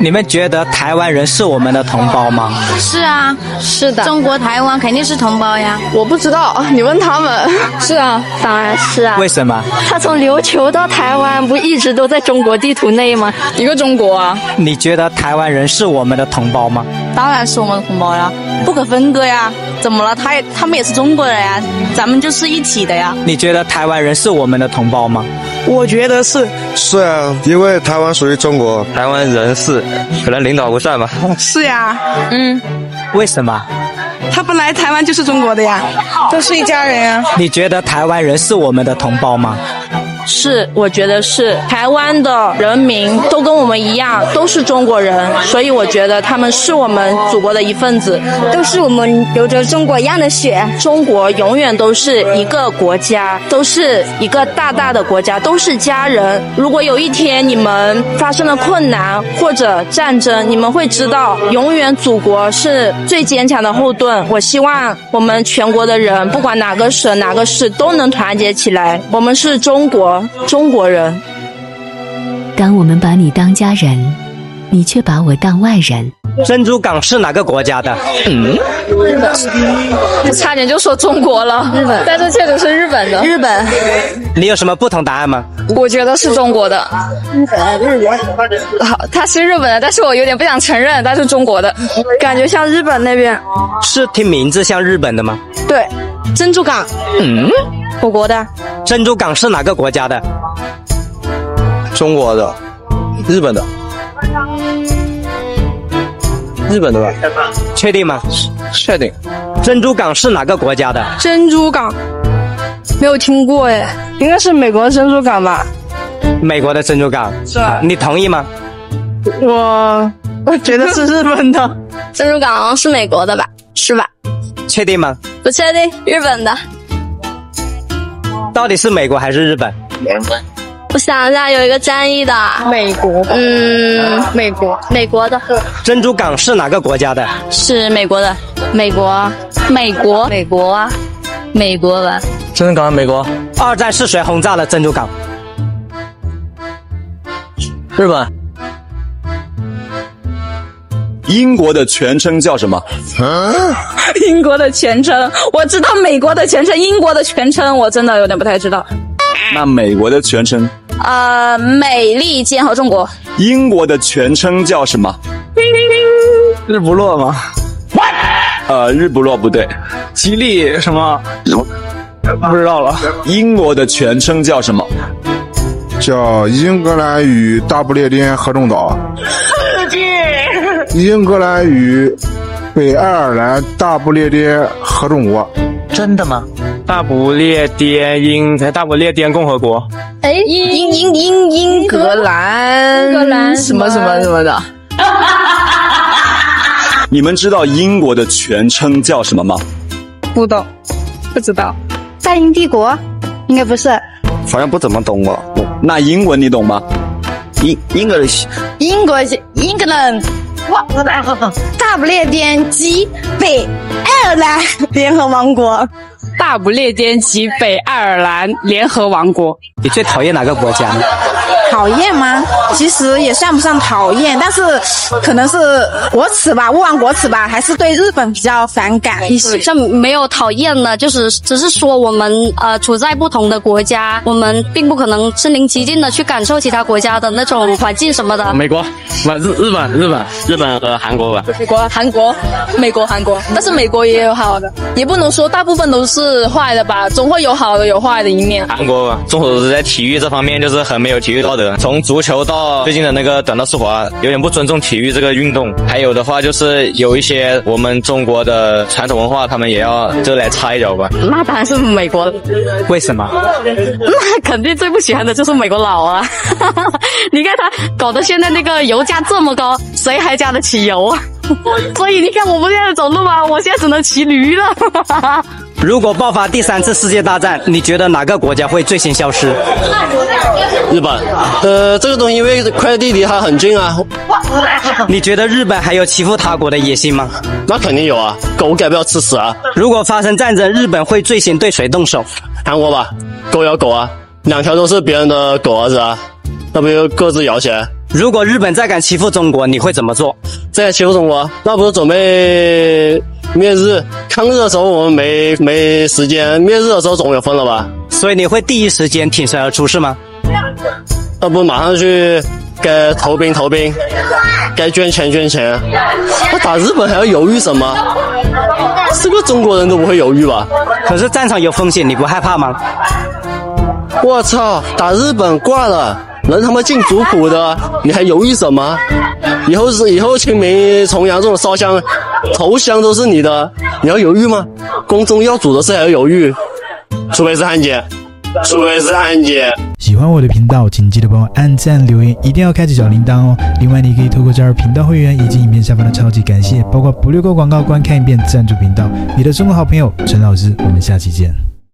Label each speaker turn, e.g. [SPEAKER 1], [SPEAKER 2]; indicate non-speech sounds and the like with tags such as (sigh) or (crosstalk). [SPEAKER 1] 你们觉得台湾人是我们的同胞吗？
[SPEAKER 2] 是啊，
[SPEAKER 3] 是的，
[SPEAKER 2] 中国台湾肯定是同胞呀。
[SPEAKER 3] 我不知道，你问他们。
[SPEAKER 4] 是啊，当然是啊。
[SPEAKER 1] 为什么？
[SPEAKER 4] 他从琉球到台湾，不一直都在中国地图内吗？
[SPEAKER 3] 一个中国啊。
[SPEAKER 1] 你觉得台湾人是我们的同胞吗？
[SPEAKER 2] 当然是我们的同胞呀，不可分割呀。怎么了？他也他们也是中国人呀，咱们就是一体的呀。
[SPEAKER 1] 你觉得台湾人是我们的同胞吗？
[SPEAKER 5] 我觉得是。
[SPEAKER 6] 是啊，因为台湾属于中国，
[SPEAKER 7] 台湾人是可能领导不善吧。
[SPEAKER 5] 是呀、啊，
[SPEAKER 3] 嗯，
[SPEAKER 1] 为什么？
[SPEAKER 5] 他本来台湾就是中国的呀，都是一家人呀、啊。
[SPEAKER 1] 你觉得台湾人是我们的同胞吗？
[SPEAKER 8] 是，我觉得是台湾的人民都跟我们一样，都是中国人，所以我觉得他们是我们祖国的一份子，
[SPEAKER 9] 都是我们流着中国一样的血。
[SPEAKER 8] 中国永远都是一个国家，都是一个大大的国家，都是家人。如果有一天你们发生了困难或者战争，你们会知道，永远祖国是最坚强的后盾。我希望我们全国的人，不管哪个省哪个市，都能团结起来。我们是中国。中国人，
[SPEAKER 10] 当我们把你当家人，你却把我当外人。
[SPEAKER 1] 珍珠港是哪个国家的？
[SPEAKER 3] 嗯，日本。我差点就说中国了，
[SPEAKER 9] 日本，
[SPEAKER 3] 但是确实是日本的。
[SPEAKER 9] 日本。
[SPEAKER 1] 你有什么不同答案吗？
[SPEAKER 3] 我觉得是中国的。
[SPEAKER 9] 日本，日本。
[SPEAKER 3] 好，他是日本的，但是我有点不想承认，他是中国的，
[SPEAKER 9] 感觉像日本那边。
[SPEAKER 1] 是听名字像日本的吗？
[SPEAKER 9] 对，珍珠港。
[SPEAKER 1] 嗯，
[SPEAKER 9] 我国的。
[SPEAKER 1] 珍珠港是哪个国家的？
[SPEAKER 7] (laughs) 中国的，日本的。日本的吧？
[SPEAKER 1] 确定吗？
[SPEAKER 7] 确定。
[SPEAKER 1] 珍珠港是哪个国家的？
[SPEAKER 5] 珍珠港没有听过哎，应该是美国珍珠港吧？
[SPEAKER 1] 美国的珍珠港
[SPEAKER 5] 是吧、啊？
[SPEAKER 1] 你同意吗？
[SPEAKER 5] 我我觉得是日本的。
[SPEAKER 11] 珍珠港是美国的吧？是吧？
[SPEAKER 1] 确定吗？
[SPEAKER 11] 不确定，日本的。
[SPEAKER 1] 到底是美国还是日本？
[SPEAKER 11] 美国。我想一下，有一个战役的
[SPEAKER 3] 美国，
[SPEAKER 11] 嗯，
[SPEAKER 3] 美国，
[SPEAKER 11] 美国的
[SPEAKER 1] 珍珠港是哪个国家的？
[SPEAKER 2] 是美国的，啊
[SPEAKER 8] 美国，
[SPEAKER 2] 美国，
[SPEAKER 8] 美国啊，
[SPEAKER 2] 美国吧。
[SPEAKER 7] 珍珠港，美国。
[SPEAKER 1] 二战是谁轰炸了珍珠港？
[SPEAKER 7] 日本。
[SPEAKER 12] 英国的全称叫什么？
[SPEAKER 8] 啊、 (laughs) 英国的全称我知道，美国的全称，英国的全称我真的有点不太知道。
[SPEAKER 12] 那美国的全称？
[SPEAKER 8] 呃，美利坚合众国。
[SPEAKER 12] 英国的全称叫什么？
[SPEAKER 13] 日不落吗？
[SPEAKER 12] 呃，日不落不对。
[SPEAKER 13] 吉利什么？不知道了。
[SPEAKER 12] 英国的全称叫什么？
[SPEAKER 6] 叫英格兰与大不列颠合众岛。
[SPEAKER 14] (laughs) 世界。
[SPEAKER 6] 英格兰与北爱尔兰大不列颠合众国。
[SPEAKER 13] 真的吗？大不列颠英才大不列颠共和国，
[SPEAKER 3] 哎，英英英英格兰，
[SPEAKER 8] 英格兰
[SPEAKER 3] 什么什么什么的。
[SPEAKER 12] 你们知道英国的全称叫什么吗？
[SPEAKER 3] 不懂，不知道。
[SPEAKER 9] 大英帝国，应该不是。
[SPEAKER 7] 好像不怎么懂吧？
[SPEAKER 12] 那英文你懂吗？
[SPEAKER 7] 英 English，
[SPEAKER 9] 英国英格兰。哇！大不列颠及北爱尔兰联合王国，
[SPEAKER 15] 大不列颠及北爱尔兰联合王国。
[SPEAKER 1] 你最讨厌哪个国家呢？
[SPEAKER 2] 讨厌吗？其实也算不上讨厌，但是可能是国耻吧，勿忘国耻吧，还是对日本比较反感一些。
[SPEAKER 11] 这没有讨厌呢，就是只是说我们呃处在不同的国家，我们并不可能身临其境的去感受其他国家的那种环境什么的。
[SPEAKER 13] 美国、日日本、日本、
[SPEAKER 7] 日本和呃韩国吧。
[SPEAKER 3] 美国、韩国、美国、韩国，但是美国也有好的，也不能说大部分都是坏的吧，总会有好的有坏的一面。
[SPEAKER 7] 韩国吧，众所周知，在体育这方面就是很没有体育道德。从足球到最近的那个短道速滑，有点不尊重体育这个运动。还有的话就是有一些我们中国的传统文化，他们也要就来插一脚吧。
[SPEAKER 8] 那当然是美国，
[SPEAKER 1] 为什么？
[SPEAKER 8] 那肯定最不喜欢的就是美国佬啊！ (laughs) 你看他搞得现在那个油价这么高，谁还加得起油啊？ (laughs) 所以你看我们现在走路啊，我现在只能骑驴了。
[SPEAKER 1] 如果爆发第三次世界大战，你觉得哪个国家会最先消失？
[SPEAKER 7] 日本。呃，这个东西因为快递离它很近啊。
[SPEAKER 1] 你觉得日本还有欺负他国的野心吗？
[SPEAKER 7] 那肯定有啊，狗改不要吃屎啊。
[SPEAKER 1] 如果发生战争，日本会最先对谁动手？
[SPEAKER 7] 韩国吧，狗咬狗啊，两条都是别人的狗儿子啊，那不就各自摇钱？
[SPEAKER 1] 如果日本再敢欺负中国，你会怎么做？
[SPEAKER 14] 在欺负中国，啊那不是准备灭日？抗日的时候我们没没时间，灭日的时候总有分了吧？
[SPEAKER 1] 所以你会第一时间挺身而出是吗？
[SPEAKER 14] 那不马上去该投兵投兵，该捐钱捐钱。啊那打日本还要犹豫什么？是个中国人都不会犹豫吧？
[SPEAKER 1] 可是战场有风险，你不害怕吗？
[SPEAKER 14] 我操，打日本挂了，能他妈进族谱的，你还犹豫什么？以后是以后清明、重阳这种烧香、头香都是你的，你要犹豫吗？宫中要主的事还要犹豫？除非是汉奸，除非是汉奸。
[SPEAKER 16] 喜欢我的频道，请记得帮我按赞、留言，一定要开启小铃铛哦。另外，你可以透过加入频道会员以及影片下方的超级感谢，包括不略过广告、观看一遍赞助频道。你的中国好朋友陈老师，我们下期见。